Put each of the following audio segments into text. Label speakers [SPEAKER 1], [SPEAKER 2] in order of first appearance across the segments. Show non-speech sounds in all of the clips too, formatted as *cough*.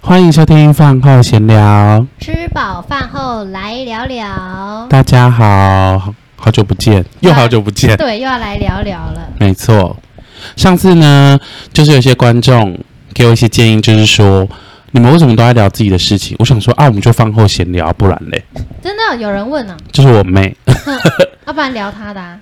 [SPEAKER 1] 欢迎收听饭后闲聊，
[SPEAKER 2] 吃饱饭后来聊聊，
[SPEAKER 1] 大家好，好好久不见，又好久不见，
[SPEAKER 2] 对，又要来聊聊了。
[SPEAKER 1] 没错。上次呢，就是有些观众给我一些建议，就是说你们为什么都在聊自己的事情？我想说啊，我们就饭后闲聊，不然嘞，
[SPEAKER 2] 真的有
[SPEAKER 1] *laughs*
[SPEAKER 2] 人问呢、
[SPEAKER 1] 就是我妹，
[SPEAKER 2] 要不然聊他的、啊，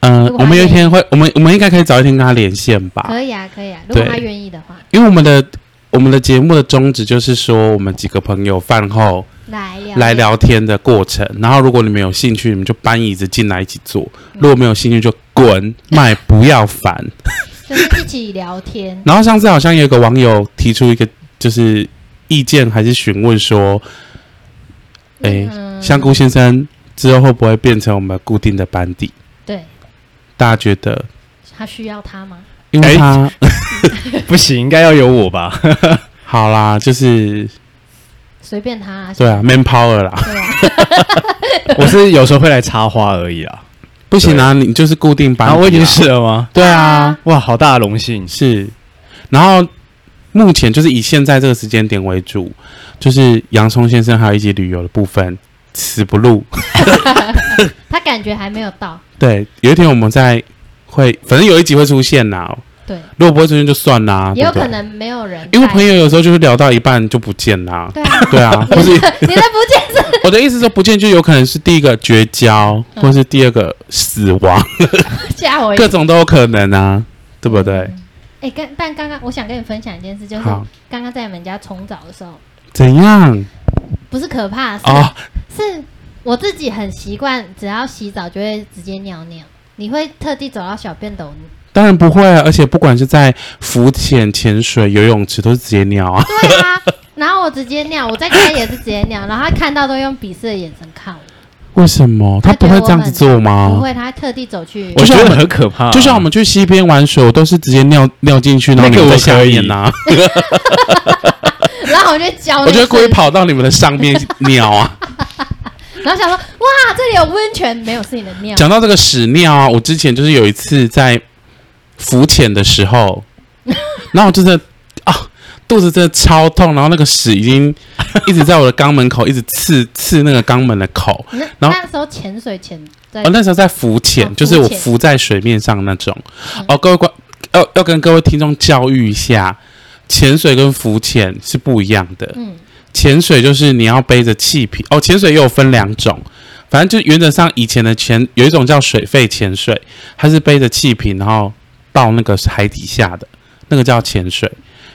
[SPEAKER 1] 嗯、
[SPEAKER 2] 如果
[SPEAKER 1] 我
[SPEAKER 2] 她
[SPEAKER 1] 们有一
[SPEAKER 2] 愿意
[SPEAKER 1] 天会，我们我们应该可以早一天跟她连线吧？
[SPEAKER 2] 可以啊，可以啊，如果
[SPEAKER 1] 对
[SPEAKER 2] 他愿意的话，
[SPEAKER 1] 因为我们的我们的节目的宗旨就是说，我们几个朋友饭后
[SPEAKER 2] 来聊
[SPEAKER 1] 来聊天的过程。然后，如果你们有兴趣，你们就搬椅子进来一起坐；如果没有兴趣，就滚，麦不要烦。。
[SPEAKER 2] 就是一起聊天
[SPEAKER 1] 然后上次好像有个网友提出一个就是意见还是询问说，哎、
[SPEAKER 2] 嗯
[SPEAKER 1] 香菇先生之后会不会变成我们固定的班底？
[SPEAKER 2] 对
[SPEAKER 1] 大家觉得？
[SPEAKER 2] 他需要他吗？
[SPEAKER 1] 因为他、
[SPEAKER 3] 不行，应该要有我吧？
[SPEAKER 1] *laughs* 好啦，就是
[SPEAKER 2] 随便他、啊，
[SPEAKER 1] 对啊，man power 啦，
[SPEAKER 2] 对啊，
[SPEAKER 3] 我是有时候会来插花而已啦。
[SPEAKER 1] 不行啊，你就是固定班
[SPEAKER 3] 然
[SPEAKER 1] 底、啊。
[SPEAKER 3] 后我已经试了吗？
[SPEAKER 1] 对啊，
[SPEAKER 3] 哇，好大的荣幸！
[SPEAKER 1] 是，然后目前就是以现在这个时间点为主，就是洋葱先生还有一集旅游的部分，死不录。 *laughs*
[SPEAKER 2] 他感觉还没有到。
[SPEAKER 1] 对，有一天我们在会，反正有一集会出现啦。
[SPEAKER 2] 对，
[SPEAKER 1] 如果不会出现就算啦，
[SPEAKER 2] 也有
[SPEAKER 1] 啊对不对
[SPEAKER 2] 可，能没有人在，
[SPEAKER 1] 因为朋友有时候就是聊到一半就不见啦。
[SPEAKER 2] *laughs* 对啊，
[SPEAKER 1] 对啊，或是
[SPEAKER 2] 你的不见是
[SPEAKER 1] 我的意思是不见就有可能是第一个绝交，
[SPEAKER 2] 嗯
[SPEAKER 1] 或是第二个死亡，
[SPEAKER 2] 吓我一
[SPEAKER 1] 各
[SPEAKER 2] 跳。
[SPEAKER 1] 种都有可能啊，对不对？
[SPEAKER 2] 哎，跟但刚刚我想跟你分享一件事，就是
[SPEAKER 1] 好
[SPEAKER 2] 刚刚在你们家重找的时候，
[SPEAKER 1] 怎样
[SPEAKER 2] 不是可怕，是
[SPEAKER 1] 啊？
[SPEAKER 2] 是我自己很习惯，只要洗澡就会直接尿尿。你会特地走到小便斗？
[SPEAKER 1] 当然不会啊，而且不管是在浮潜、潜水、游泳池，都是直接尿啊。
[SPEAKER 2] 对啊， *laughs* 然后我直接尿，我在家也是直接尿，然后他看到都用鄙视的眼神看我，
[SPEAKER 1] 为什么他
[SPEAKER 2] 他
[SPEAKER 1] 不
[SPEAKER 2] 觉得
[SPEAKER 1] 会
[SPEAKER 2] 我
[SPEAKER 1] 这样子
[SPEAKER 2] 很
[SPEAKER 1] 做
[SPEAKER 2] 不
[SPEAKER 1] 吗？
[SPEAKER 2] 会，他特地走去
[SPEAKER 1] 就
[SPEAKER 3] 我
[SPEAKER 1] 像
[SPEAKER 3] 觉
[SPEAKER 1] 我
[SPEAKER 3] 得
[SPEAKER 1] 们
[SPEAKER 3] 很可怕啊、
[SPEAKER 1] 就像我们去溪边玩水，我都是直接尿尿进去，然后
[SPEAKER 3] 那
[SPEAKER 1] 你
[SPEAKER 3] 个
[SPEAKER 1] 们在
[SPEAKER 3] 我
[SPEAKER 1] 下
[SPEAKER 3] 可以
[SPEAKER 1] 面呐、
[SPEAKER 2] 然后我就教那
[SPEAKER 1] 我
[SPEAKER 2] 个
[SPEAKER 1] 就会故意
[SPEAKER 2] 声音，
[SPEAKER 1] 跑到你们的上面尿
[SPEAKER 2] *laughs*
[SPEAKER 1] 啊。
[SPEAKER 2] 然后想说哇，这里有温泉，没有是你的尿，
[SPEAKER 1] 讲到这个屎尿啊，我之前就是有一次在浮潜的时
[SPEAKER 2] *laughs*
[SPEAKER 1] 候，然后我就真的啊，肚子真的超痛，然后那个屎已经一直在我的肛门口，一直刺刺那个肛门的口。
[SPEAKER 2] 那
[SPEAKER 1] 然后
[SPEAKER 2] 那时候潜水潜在
[SPEAKER 1] 我、哦那时候在浮潜，
[SPEAKER 2] 哦浮
[SPEAKER 1] 就是我
[SPEAKER 2] 潜
[SPEAKER 1] 浮在水面上那种。
[SPEAKER 2] 嗯
[SPEAKER 1] 哦，各位观要要跟各位听众教育一下，潜水跟浮潜是不一样的。
[SPEAKER 2] 嗯
[SPEAKER 1] 潜水就是你要背着气瓶，哦，潜水也有分两种，反正就原则上以前的潜有一种叫水肺潜水，它是背着气瓶然后到那个海底下的，那个叫潜水。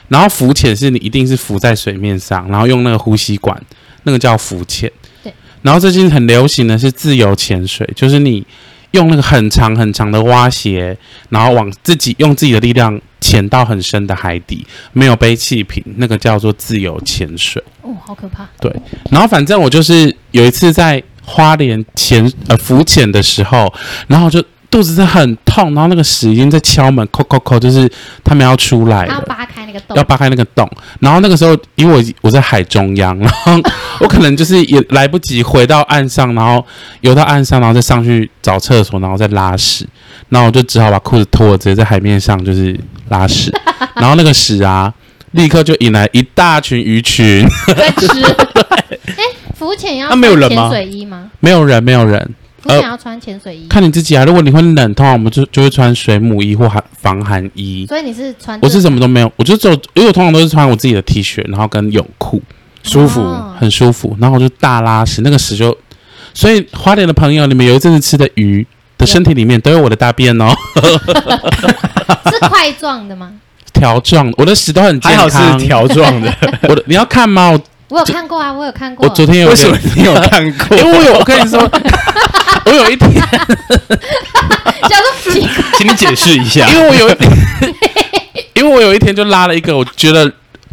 [SPEAKER 1] 然后浮潜是你一定是浮在水面上，然后用那个呼吸管，那个叫浮潜。
[SPEAKER 2] 对。
[SPEAKER 1] 然后最近很流行的是自由潜水，就是你用那个很长很长的蛙鞋，然后往自己用自己的力量潜到很深的海底，没有背气瓶，那个叫做自由潜水。
[SPEAKER 2] 哦好可怕，
[SPEAKER 1] 然后反正我就是有一次在花莲潜呃浮潜的时候，然后我就肚子是很痛，然后那个屎已经在敲门，扣扣扣，就是他们要出来
[SPEAKER 2] 他要
[SPEAKER 1] 了。
[SPEAKER 2] 扒开那个洞
[SPEAKER 1] 要，扒开那个洞，然后那个时候，因为我我在海中央，然后我可能就是也来不及回到岸上，然后游到岸上，然后再上去找厕所，然后再拉屎，然后我就只好把裤子脱了，直接在海面上就是拉
[SPEAKER 2] *laughs*
[SPEAKER 1] 屎，然后那个屎啊，立刻就引来一大群鱼群， *laughs*
[SPEAKER 2] 在吃。 *laughs* 哎，浮潜要
[SPEAKER 3] 那没有
[SPEAKER 2] 穿
[SPEAKER 3] 人吗
[SPEAKER 2] 潜水衣吗？
[SPEAKER 1] 没有人，没有人，
[SPEAKER 2] 浮潜要穿潜水衣，
[SPEAKER 1] 呃看你自己啊。如果你会冷，通常我们就就会穿水母衣或寒防寒衣。
[SPEAKER 2] 所以你是穿
[SPEAKER 1] 我是
[SPEAKER 2] 这
[SPEAKER 1] 什么都没有，我就只有，因为我通常都是穿我自己的 T 恤，然后跟泳裤，
[SPEAKER 3] 舒服
[SPEAKER 2] 哦
[SPEAKER 1] 很舒服。然后我就大拉屎，那个屎就……所以花莲的朋友，你们有一阵子吃的鱼的身体里面都有我的大便哦， *laughs*
[SPEAKER 2] 是块状的吗？
[SPEAKER 1] 条状，我的屎都很健
[SPEAKER 3] 还好
[SPEAKER 1] 康。
[SPEAKER 3] 是条
[SPEAKER 1] *laughs*
[SPEAKER 3] 状的。
[SPEAKER 1] 我的，你要看吗？我
[SPEAKER 2] 我有看过啊，我有看过。
[SPEAKER 1] 我昨天有
[SPEAKER 3] 为什
[SPEAKER 1] 点
[SPEAKER 3] 么你有看
[SPEAKER 1] *laughs*
[SPEAKER 3] 过？
[SPEAKER 1] 因为我有，我跟你说， *laughs* 我有一天，
[SPEAKER 2] 想说
[SPEAKER 1] *laughs*
[SPEAKER 2] 奇怪，
[SPEAKER 3] 请你解释一下
[SPEAKER 1] 因为我
[SPEAKER 2] *laughs*
[SPEAKER 1] 有一，因为我有一天就拉了一个，我觉得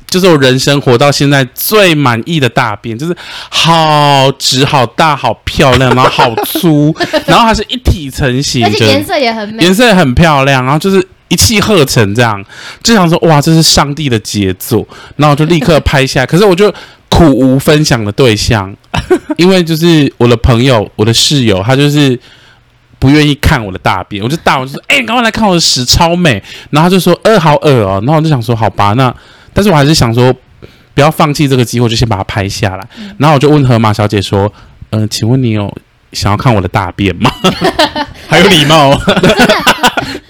[SPEAKER 1] 就是我人生活到现在最满意的大便，就是好直、好大、好漂亮，然后好
[SPEAKER 2] *laughs*
[SPEAKER 1] 粗，然后它是一体成型
[SPEAKER 2] 而且
[SPEAKER 1] 的
[SPEAKER 2] 颜，色也很美
[SPEAKER 1] 颜。色也很漂亮，然后就是。一气呵成，这样就想说哇，这是上帝的杰作，然后我就立刻拍下来。可是我就苦无分享的对象，因为就是我的朋友，我的室友，他就是不不愿意看我的大便，我就大我就说，哎、你赶快来看我的屎，超美。然后他就说，呃，好恶哦、然后我就想说，好吧，那但是我还是想说，不要放弃这个机会，我就先把它拍下来。然后我就问河马小姐说，嗯、请问你有想要看我的大便吗？ *laughs*
[SPEAKER 3] 还有礼貌哦，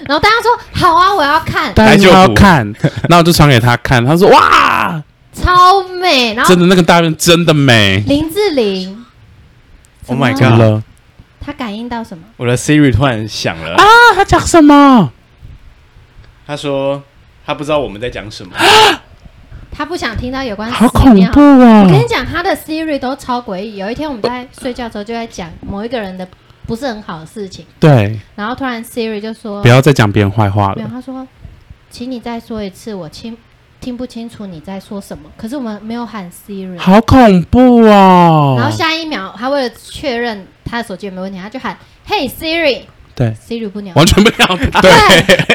[SPEAKER 2] 然后大家说好啊，我要
[SPEAKER 1] *laughs*
[SPEAKER 2] 看，
[SPEAKER 1] 当然
[SPEAKER 3] 来
[SPEAKER 1] 是
[SPEAKER 3] 就
[SPEAKER 1] 要
[SPEAKER 3] 补
[SPEAKER 1] 看。然后我就传给他看，他说，
[SPEAKER 2] 啊
[SPEAKER 1] 哇，
[SPEAKER 2] 超美。然后
[SPEAKER 1] 真的那个大便真的美。啊
[SPEAKER 2] 林志玲
[SPEAKER 3] Oh my
[SPEAKER 1] 怎么
[SPEAKER 3] God
[SPEAKER 1] 了？
[SPEAKER 2] 他感应到什么？
[SPEAKER 3] 我的 Siri 突然响了，
[SPEAKER 1] 啊，他讲什么？
[SPEAKER 3] 他说他不知道我们在讲什么，
[SPEAKER 2] 他不想听到有关
[SPEAKER 1] 好
[SPEAKER 2] 屎
[SPEAKER 1] 恐
[SPEAKER 2] 尿
[SPEAKER 1] 怖哦
[SPEAKER 2] 啊我！跟你讲，他的 Siri 都超诡异。有一天我们在睡觉的时候就在讲某一个人的不是很好的事情，
[SPEAKER 1] 对，
[SPEAKER 2] 然后突然 Siri 就说
[SPEAKER 1] 不，要再讲别人坏话
[SPEAKER 2] 没有，
[SPEAKER 1] 了。
[SPEAKER 2] 他说，请你再说一次，我听听不清楚你在说什么。可是我们没有喊 Siri，
[SPEAKER 1] 好恐怖哦！
[SPEAKER 2] 然后下一秒他为了确认他的手机有没有问题，他就喊 Hey Siri，Siri
[SPEAKER 1] 对，
[SPEAKER 2] 不鸟。
[SPEAKER 1] 完全不
[SPEAKER 2] *laughs*
[SPEAKER 1] 了。对，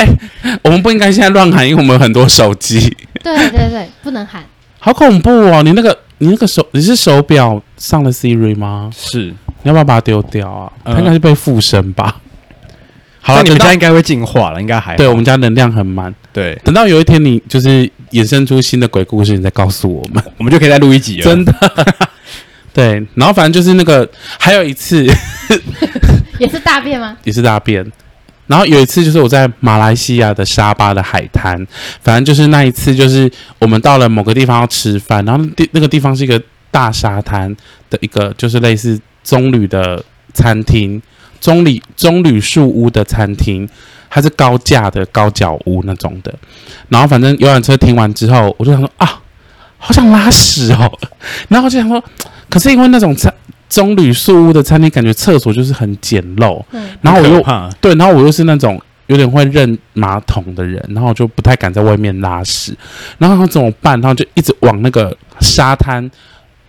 [SPEAKER 1] *laughs* 我们不应该现在乱喊，因为我们有很多手机。
[SPEAKER 2] 对对对，不
[SPEAKER 1] *laughs*
[SPEAKER 2] 能喊。
[SPEAKER 1] 好恐怖哦！你那个，你那个手，你是手表上了 Siri 吗？
[SPEAKER 3] 是，
[SPEAKER 1] 你要不要把它丢掉啊？
[SPEAKER 3] 嗯
[SPEAKER 1] 它应该是被附身吧。好
[SPEAKER 3] 那
[SPEAKER 1] 了，
[SPEAKER 3] 你们
[SPEAKER 1] 等到
[SPEAKER 3] 家应该会进化了，应该还好
[SPEAKER 1] 对我们家能量很满。
[SPEAKER 3] 对，
[SPEAKER 1] 等到有一天你就是衍生出新的鬼故事，你再告诉我们。
[SPEAKER 3] 我们就可以再录一集了。
[SPEAKER 1] 真的。 *laughs* 对，然后反正就是那个，还有一次
[SPEAKER 2] 也是大便吗？
[SPEAKER 1] 也是大便。然后有一次就是我在马来西亚的沙巴的海滩，反正就是那一次就是我们到了某个地方要吃饭，然后地那个地方是一个大沙滩的一个就是类似棕榈的餐厅，棕榈棕榈树屋的餐厅，它是高架的高脚屋那种的。然后反正游览车停完之后，我就想说啊，好想拉屎哦，然后我就想说，可是因为那种餐棕榈树屋的餐厅，感觉厕所就是很简陋。
[SPEAKER 2] 嗯，
[SPEAKER 1] 然后我又
[SPEAKER 3] 怕，
[SPEAKER 1] 对，然后我又是那种有点会认马桶的人，然后我就不太敢在外面拉屎，然后他怎么办？然后就一直往那个沙滩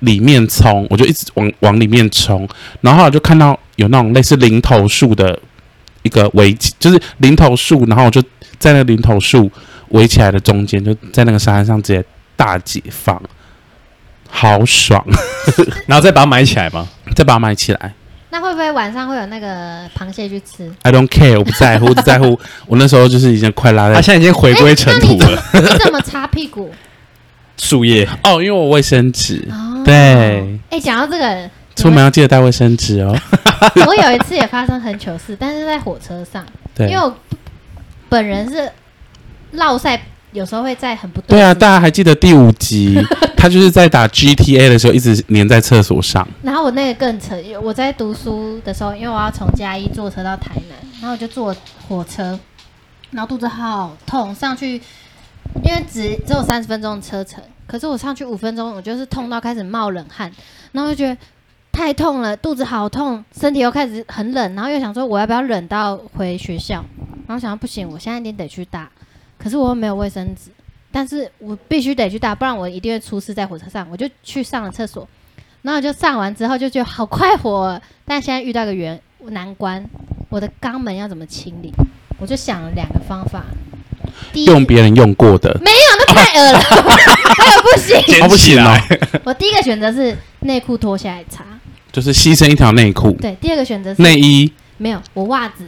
[SPEAKER 1] 里面冲，我就一直往往里面冲，然后后来就看到有那种类似零头树的一个围起，就是零头树，然后我就在那个零头树围起来的中间，就在那个沙滩上直接大解放，好爽！
[SPEAKER 3] 然后再把它埋起来嘛。
[SPEAKER 1] *laughs* 再把它埋起来。
[SPEAKER 2] 那会不会晚上会有那个螃蟹去吃？
[SPEAKER 1] I don't care，我不在乎，我只在乎我那时候就是已经快拉在
[SPEAKER 3] 啊它现在已经回归尘土
[SPEAKER 1] 哎
[SPEAKER 3] 了，
[SPEAKER 2] 哎你怎么擦
[SPEAKER 1] *laughs*
[SPEAKER 2] 屁股？
[SPEAKER 3] 树叶。
[SPEAKER 1] 哦，因为我卫生纸，
[SPEAKER 2] 哦，
[SPEAKER 1] 对，
[SPEAKER 2] 哎，讲到这个，
[SPEAKER 1] 出门要记得带卫生纸哦。 *laughs*
[SPEAKER 2] 你们我有一次也发生很糗事，但是在火车上，
[SPEAKER 1] 对
[SPEAKER 2] 因为，我本人是落赛，有时候会在很不
[SPEAKER 1] 对啊，
[SPEAKER 2] 的地方
[SPEAKER 1] 大家还记得第五集，他就是在打 GTA 的时候一直粘在厕所上。
[SPEAKER 2] 然后我那个更扯，因为我在读书的时候，因为我要从嘉义坐车到台南，然后我就坐火车，然后肚子好痛，上去因为只只有三十分钟的车程，可是我上去五分钟，我就是痛到开始冒冷汗，然后就觉得太痛了，肚子好痛，身体又开始很冷，然后又想说我要不要忍到回学校，然后想到不行，我现在一定得去打，可是我又没有卫生纸。但是我必须得去打，不然我一定会出事在火车上。我就去上了厕所，然后我就上完之后就觉得好快活哦，但现在遇到一个原难关，我的肛门要怎么清理？我就想了两个方法，第一
[SPEAKER 1] 用别人用过的，
[SPEAKER 2] 没有，那太恶了，
[SPEAKER 3] *laughs*
[SPEAKER 2] 哎呦不行！
[SPEAKER 1] 哦不行哦，
[SPEAKER 2] 我第一个选择是内裤脱下来擦，
[SPEAKER 1] 就是牺牲一条内裤、
[SPEAKER 2] 对，第二个选择是
[SPEAKER 1] 内衣
[SPEAKER 2] 没有，我袜子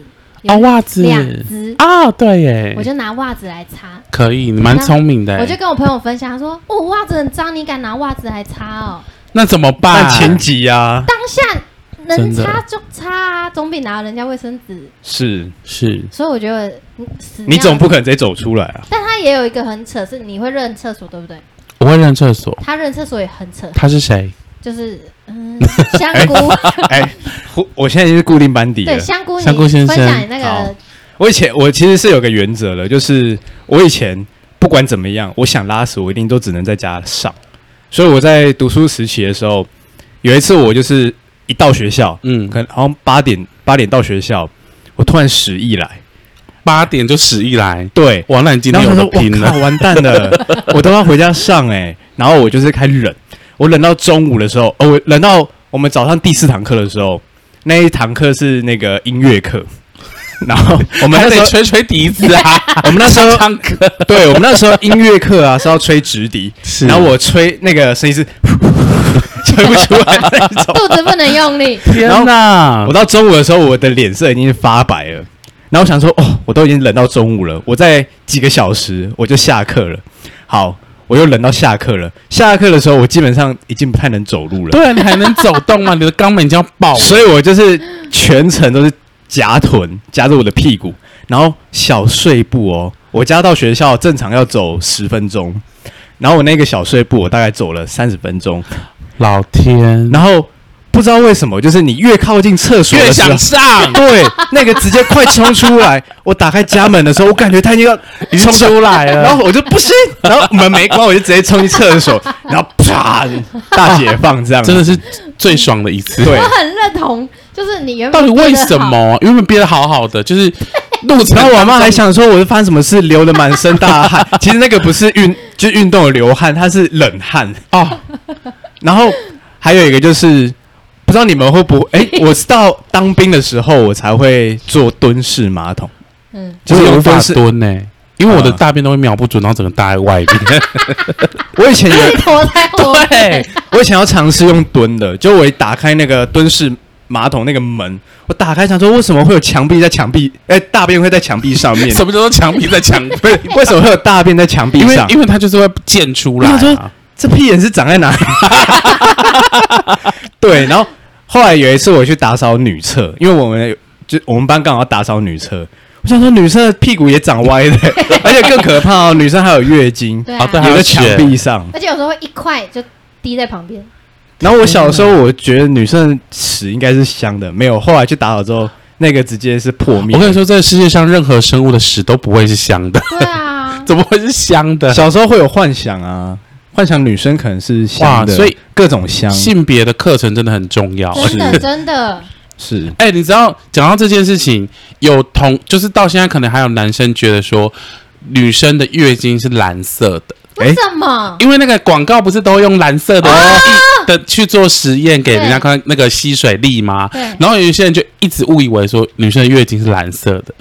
[SPEAKER 1] 啊、袜子
[SPEAKER 2] 两只，
[SPEAKER 1] 啊，对
[SPEAKER 2] 我
[SPEAKER 1] 耶，
[SPEAKER 2] 就拿袜子来擦。
[SPEAKER 1] 可以，你蛮聪明的
[SPEAKER 2] 我就
[SPEAKER 1] 耶。
[SPEAKER 2] 跟我朋友分享，他说：“哦，袜子很脏，你敢拿袜子来擦哦？
[SPEAKER 1] 那怎么办
[SPEAKER 3] 但？前集啊，
[SPEAKER 2] 当下能
[SPEAKER 1] 真的
[SPEAKER 2] 擦就擦啊，总比拿人家卫生纸。
[SPEAKER 3] 是”
[SPEAKER 1] 是
[SPEAKER 2] 所以我觉得嗯屎
[SPEAKER 3] 你
[SPEAKER 2] 尿
[SPEAKER 3] 总不可能直接走出来啊。
[SPEAKER 2] 但他也有一个很扯，是你会认厕所对不对？
[SPEAKER 1] 我会认厕所。
[SPEAKER 2] 他认厕所也很扯，
[SPEAKER 1] 他是谁？
[SPEAKER 2] *laughs* 就是嗯，香菇
[SPEAKER 3] *laughs* 哎，我我现在已经是固定班底了
[SPEAKER 2] 对。香菇，你
[SPEAKER 1] 香菇先生
[SPEAKER 2] 分享你那个
[SPEAKER 3] 好我以前我其实是有个原则的，就是我以前不管怎么样，我想拉屎，我一定都只能在家上。所以我在读书时期的时候，有一次我就是一到学校，
[SPEAKER 1] 嗯，
[SPEAKER 3] 可能好像八点八点到学校，我突然屎意来，
[SPEAKER 1] 八点就十一来。
[SPEAKER 3] 对，
[SPEAKER 1] 完了，你今天
[SPEAKER 3] 然
[SPEAKER 1] 有
[SPEAKER 3] 后
[SPEAKER 1] 的
[SPEAKER 3] 我说
[SPEAKER 1] 拼啊
[SPEAKER 3] 我
[SPEAKER 1] 了
[SPEAKER 3] 靠，完蛋
[SPEAKER 1] *laughs*
[SPEAKER 3] 了，我都要回家上哎、然后我就是开始忍，我忍到中午的时候，哦，我忍到我们早上第四堂课的时候，那一堂课是那个音乐
[SPEAKER 1] *laughs*
[SPEAKER 3] 课，然后我们
[SPEAKER 1] 还
[SPEAKER 3] 那时
[SPEAKER 1] 得
[SPEAKER 3] 候
[SPEAKER 1] 吹吹笛子啊！
[SPEAKER 3] 我们那时候
[SPEAKER 1] *laughs* 唱歌，
[SPEAKER 3] 对我们那时候音乐课啊是要吹直笛，
[SPEAKER 1] 是
[SPEAKER 3] 然后我吹那个声音是， *laughs* 吹不出来那一种。
[SPEAKER 2] 肚子不能用力，
[SPEAKER 1] 天哪
[SPEAKER 3] 我！到中午的时候，我的脸色已经是发白了。然后我想说，哦，我都已经忍到中午了，我在几个小时我就下课了。好，我又忍到下课了。下课的时候，我基本上已经不太能走路了，
[SPEAKER 1] 对啊，你啊还能走动吗？你的肛门已经要爆了。
[SPEAKER 3] 所以我就是全程都是夹臀夹着我的屁股，然后小碎步哦。我家到学校正常要走十分钟，然后我那个小碎步我大概走了三十分钟，
[SPEAKER 1] *laughs* 老天，
[SPEAKER 3] 然后不知道为什么，就是你越靠近厕所
[SPEAKER 1] 越
[SPEAKER 3] 的时候
[SPEAKER 1] 想上，
[SPEAKER 3] 对，那个直接快冲出来！我打开家门的时候，我感觉他已经要
[SPEAKER 1] 已经
[SPEAKER 3] 冲
[SPEAKER 1] 出来了
[SPEAKER 3] 然后我就不行，然后门没关，我就直接冲进厕所，然后啪，大解放这样，
[SPEAKER 1] *laughs* 真的是最爽的一次。
[SPEAKER 3] 对
[SPEAKER 2] 我很认同，就是你原本
[SPEAKER 1] 到底为
[SPEAKER 2] 憋得
[SPEAKER 1] 什
[SPEAKER 2] 好？
[SPEAKER 1] 么？因为憋得好好的， *laughs* 就是路程
[SPEAKER 3] 然
[SPEAKER 1] 当
[SPEAKER 3] 后
[SPEAKER 1] 中。
[SPEAKER 3] 我妈还想说，我是发生什么事，流了满身大 *laughs* 汗。其实那个不是运，就是运动的流汗，它是冷汗。
[SPEAKER 1] 哦，
[SPEAKER 3] 然后还有一个就是，不知道你们会不会？哎、 *laughs* 我是到当兵的时候，我才会做蹲式马桶，
[SPEAKER 2] 嗯，
[SPEAKER 1] 我
[SPEAKER 3] 就是
[SPEAKER 1] 也无
[SPEAKER 3] 用
[SPEAKER 1] 法
[SPEAKER 3] 蹲式。
[SPEAKER 1] 蹲啊呢、因为我的
[SPEAKER 3] 啊
[SPEAKER 1] 大便都会瞄不准，然后整个搭在外面。
[SPEAKER 3] 我以前有
[SPEAKER 2] 我在我
[SPEAKER 1] *laughs* 对，
[SPEAKER 3] 我以前要尝试用蹲的，就我一打开那个蹲式马桶那个门，我打开想说为什么会有墙壁在墙壁，哎、大便会在墙壁上面，
[SPEAKER 1] *laughs* 什么叫做墙壁在墙壁？
[SPEAKER 3] 不是为什么会有大便在墙壁
[SPEAKER 1] 因为
[SPEAKER 3] 上？
[SPEAKER 1] *laughs* 因为它就是会溅出来、
[SPEAKER 3] 我想
[SPEAKER 1] 啊
[SPEAKER 3] 说。这屁眼是长在哪里？ *laughs* 对，然后后来有一次我去打扫女厕，因为我们就我们班刚好要打扫女厕，我想说女生的屁股也长歪 *laughs* 的、而且更可怕哦，女生还有月经，
[SPEAKER 2] 对
[SPEAKER 1] 哦对
[SPEAKER 2] 啊，
[SPEAKER 1] 还
[SPEAKER 3] 有
[SPEAKER 1] 有
[SPEAKER 3] 在
[SPEAKER 1] 血
[SPEAKER 3] 墙壁上。
[SPEAKER 2] 而且有时候会一块就滴在旁
[SPEAKER 1] *laughs*
[SPEAKER 2] 边，
[SPEAKER 3] 然后我小时候我觉得女生的屎应该是香的，没有，后来去打扫之后，那个直接是破灭。
[SPEAKER 1] 我跟你说，这个世界上任何生物的屎都不会是香的，
[SPEAKER 2] 对啊，
[SPEAKER 1] *laughs* 怎么会是香的？
[SPEAKER 3] 小时候会有幻想啊，幻想女生可能是香的，
[SPEAKER 1] 哇所以
[SPEAKER 3] 各种香
[SPEAKER 1] 性别的课程真的很重要。
[SPEAKER 2] 真的真的，
[SPEAKER 3] 是
[SPEAKER 1] 哎、你知道讲到这件事情，有同就是到现在可能还有男生觉得说，女生的月经是蓝色的，
[SPEAKER 3] 哎
[SPEAKER 2] 为什
[SPEAKER 1] *laughs*
[SPEAKER 2] 么？
[SPEAKER 1] 因为那个广告不是都用蓝色的、
[SPEAKER 3] 啊
[SPEAKER 1] 的去做实验给人家
[SPEAKER 2] 对
[SPEAKER 1] 看那个吸水力吗？
[SPEAKER 2] 对
[SPEAKER 1] 然后有一些人就一直误以为说女生的月经是蓝色的，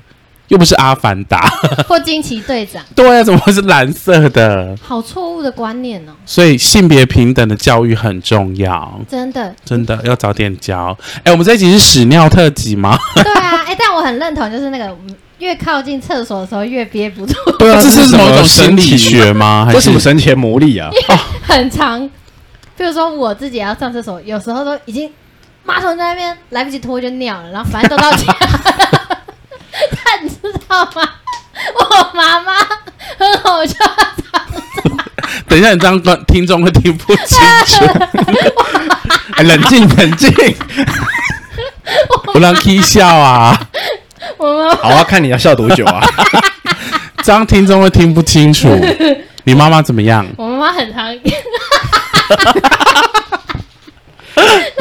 [SPEAKER 1] 又不是阿凡达，
[SPEAKER 2] 或惊奇队长，
[SPEAKER 1] 对啊，怎么会是蓝色的？
[SPEAKER 2] 好错误的观念哦，
[SPEAKER 1] 所以性别平等的教育很重要。，
[SPEAKER 2] 真的
[SPEAKER 1] 真的要早点教。哎、我们这一集是屎尿特辑吗？
[SPEAKER 2] 对啊，哎，但我很认同，就是那个嗯越靠近厕所的时候越憋不住，
[SPEAKER 3] 对啊，
[SPEAKER 1] 这是
[SPEAKER 3] 什
[SPEAKER 1] 某一
[SPEAKER 3] 么
[SPEAKER 1] 种
[SPEAKER 3] 神
[SPEAKER 1] 心理
[SPEAKER 3] 体？
[SPEAKER 1] 学吗？还
[SPEAKER 3] 这
[SPEAKER 1] 是
[SPEAKER 3] 什么神奇的魔 *laughs* 力啊？
[SPEAKER 2] 很长。比如说我自己要上厕所，有时候都已经马桶在那边来不及拖就尿了，然后反正都到家了。 *laughs* 但你知道吗？我妈妈很好笑，
[SPEAKER 1] 等一下，你这样观听众会听不清楚。
[SPEAKER 3] 哎，冷静，冷静。
[SPEAKER 1] 我让 K 笑啊，
[SPEAKER 2] 我妈妈
[SPEAKER 3] 好啊，看你要笑多久 *laughs* 啊？
[SPEAKER 1] 这样听众会听不清楚。你妈妈怎么样？
[SPEAKER 2] 我妈妈很常，她真的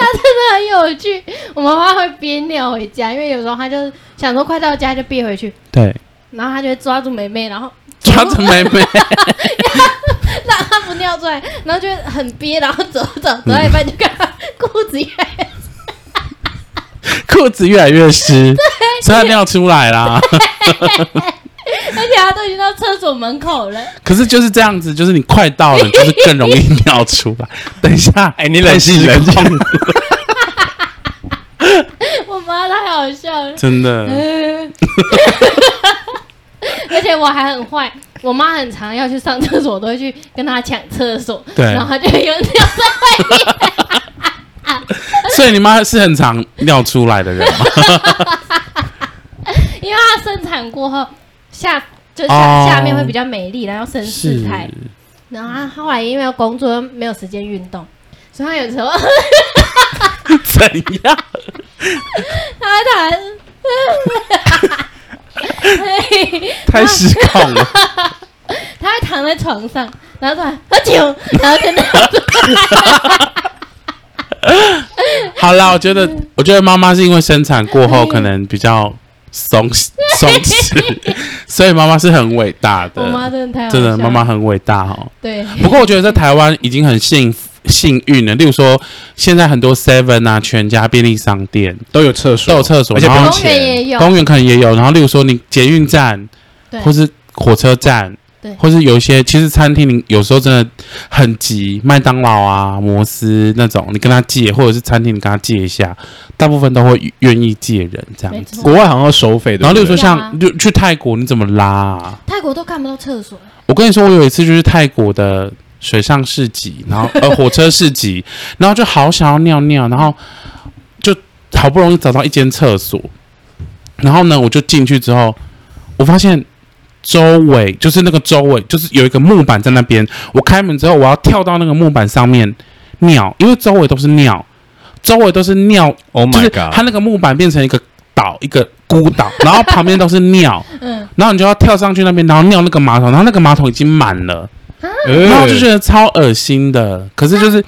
[SPEAKER 2] 很有趣。我妈妈会憋尿回家，因为有时候她就想说快到家就憋回去，
[SPEAKER 1] 对，
[SPEAKER 2] 然后她就会抓住妹妹，然后
[SPEAKER 1] 抓着妹妹，
[SPEAKER 2] 让她不尿出来，然后就会很憋，然后走走走到一半就看她裤子越来越
[SPEAKER 1] 裤子越来越湿，所以她尿出来啦。
[SPEAKER 2] 而且她都已经到厕所门口了。
[SPEAKER 1] 可是就是这样子，就是你快到了，你就是更容易尿出来。等一下，
[SPEAKER 3] 哎你冷静
[SPEAKER 1] 太失控了，
[SPEAKER 2] 我妈太好笑了。 *laughs*
[SPEAKER 1] 真的。
[SPEAKER 2] 嗯而且我还很坏，我妈很常要去上厕所，我都会去跟她抢厕所，
[SPEAKER 1] 对
[SPEAKER 2] 然后她就会有尿在外
[SPEAKER 1] *laughs*
[SPEAKER 2] 面。
[SPEAKER 1] 所以你妈是很常尿出来的人吗？
[SPEAKER 2] 因为她生产过后下就下、
[SPEAKER 1] 哦
[SPEAKER 2] 下面会比较美丽，然后生四胎，然后她后来因为要工作没有时间运动，所以她有时候
[SPEAKER 1] *laughs* 怎样？
[SPEAKER 2] 她会弹。 *laughs*
[SPEAKER 1] 太失控了。
[SPEAKER 2] 她会躺在床上，然后突然喝
[SPEAKER 1] *laughs*
[SPEAKER 2] 酒，然后就那样子
[SPEAKER 1] 好啦，我觉得，我觉得妈妈是因为生产过后可能比较松松
[SPEAKER 3] *laughs*
[SPEAKER 1] 弛，所以妈妈是很伟大
[SPEAKER 2] 我妈
[SPEAKER 1] 的。
[SPEAKER 2] 真的太好
[SPEAKER 1] 真的，
[SPEAKER 2] 笑
[SPEAKER 1] 妈妈
[SPEAKER 2] 了
[SPEAKER 1] 很伟大哦。
[SPEAKER 2] 对，
[SPEAKER 1] 不过我觉得在台湾已经很幸福幸运了。例如说，现在很多 Seven 啊、全家便利商店
[SPEAKER 3] *laughs* 都有厕
[SPEAKER 1] 都
[SPEAKER 3] 所，
[SPEAKER 1] 有厕所，
[SPEAKER 3] 而且
[SPEAKER 1] 然
[SPEAKER 3] 不
[SPEAKER 1] 后
[SPEAKER 3] 用
[SPEAKER 2] 公
[SPEAKER 3] 钱
[SPEAKER 2] 园也有，
[SPEAKER 1] 公园可能也有。然后，例如说你捷运站
[SPEAKER 2] 对
[SPEAKER 1] 或是火车站，
[SPEAKER 2] 对
[SPEAKER 1] 或是有一些其实餐厅你有时候真的很急，麦当劳啊、摩斯那种，你跟他借，或者是餐厅你跟他借一下，大部分都会愿意借人这
[SPEAKER 2] 没
[SPEAKER 1] 样子。
[SPEAKER 2] 错
[SPEAKER 3] 国外好像要收费的。
[SPEAKER 1] 然后，例如说
[SPEAKER 3] 对不对
[SPEAKER 2] 对啊
[SPEAKER 1] 像就去泰国，你怎么拉啊、
[SPEAKER 2] 泰国都看不到厕所，
[SPEAKER 1] 我跟你说，我有一次就是泰国的水上市集，然后呃火车市集，然后就好想要尿尿，然后就好不容易找到一间厕所，然后呢我就进去之后，我发现周围就是那个周围就是有一个木板在那边，我开门之后我要跳到那个木板上面尿，因为周围都是尿，周围都是尿，
[SPEAKER 3] ，Oh
[SPEAKER 1] 就是
[SPEAKER 3] my
[SPEAKER 1] 它
[SPEAKER 3] god，
[SPEAKER 1] 那个木板变成一个岛一个孤岛，然后旁边都是尿。
[SPEAKER 2] *laughs* 嗯，
[SPEAKER 1] 然后你就要跳上去那边，然后尿那个马桶，然后那个马桶已经满了，然后我就觉
[SPEAKER 3] 呃
[SPEAKER 1] 得超恶心的。可是就是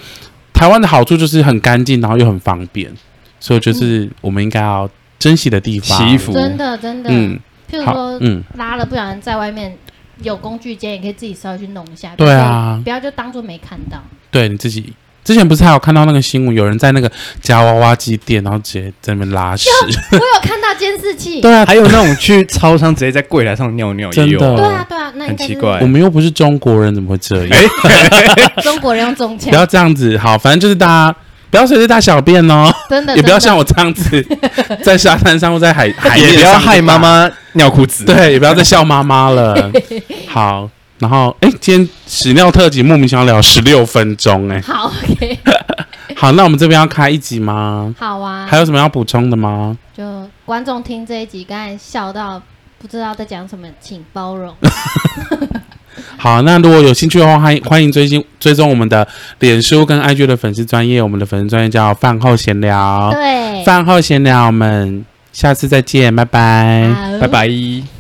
[SPEAKER 1] 台湾的好处就是很干净，然后又很方便，所以就是我们应该要珍惜的地方。
[SPEAKER 3] 洗衣服
[SPEAKER 2] 真的真的，
[SPEAKER 1] 嗯，
[SPEAKER 2] 譬如
[SPEAKER 1] 好
[SPEAKER 2] 说，
[SPEAKER 1] 嗯，
[SPEAKER 2] 拉了，不然在外面有工具间也可以自己稍微去弄一下。
[SPEAKER 1] 对啊
[SPEAKER 2] 不要就当做没看到。
[SPEAKER 1] *laughs* 对你自己。之前不是还有看到那个新闻，有人在那个夹娃娃机店，然后直接在那边拉屎。 *laughs*
[SPEAKER 2] 我有看到监视器。
[SPEAKER 1] 对啊，
[SPEAKER 3] 还有那种去超商直接在柜台上尿尿也
[SPEAKER 1] 真
[SPEAKER 3] 有，
[SPEAKER 1] 的
[SPEAKER 2] 对啊，对啊，那应该
[SPEAKER 3] 很奇怪
[SPEAKER 1] 我们又不是中国人，怎么会这样？
[SPEAKER 2] 是中国人用中枪
[SPEAKER 1] 不，要这样子。好，反正就是大家不要随地大小便哦，
[SPEAKER 2] 真的
[SPEAKER 1] 也不要
[SPEAKER 2] 真的
[SPEAKER 1] 像我这样子， *laughs* 在沙滩上或在海海面
[SPEAKER 3] *laughs* 也
[SPEAKER 1] 上
[SPEAKER 3] 不要害
[SPEAKER 1] 就大
[SPEAKER 3] 妈妈尿裤
[SPEAKER 1] *laughs*
[SPEAKER 3] 子。
[SPEAKER 1] 对，也不要再笑妈妈了。好，然后哎，今天屎尿特辑莫名其妙聊十六分钟，哎，
[SPEAKER 2] 好
[SPEAKER 1] *laughs*
[SPEAKER 2] OK，
[SPEAKER 1] 好，那我们这边要开一集吗？
[SPEAKER 2] 好啊
[SPEAKER 1] 还。有什么要补充的吗？
[SPEAKER 2] 就观众听这一集，刚才笑到不知道在讲什么，请包容。
[SPEAKER 1] 好，那如果有兴趣的话，欢迎欢迎追星追踪我们的脸书跟 IG 的粉丝专业，我们的粉丝专业叫饭后闲聊，
[SPEAKER 2] 对，
[SPEAKER 1] 饭后闲聊，我们下次再见，拜拜。
[SPEAKER 2] 好
[SPEAKER 3] 拜拜。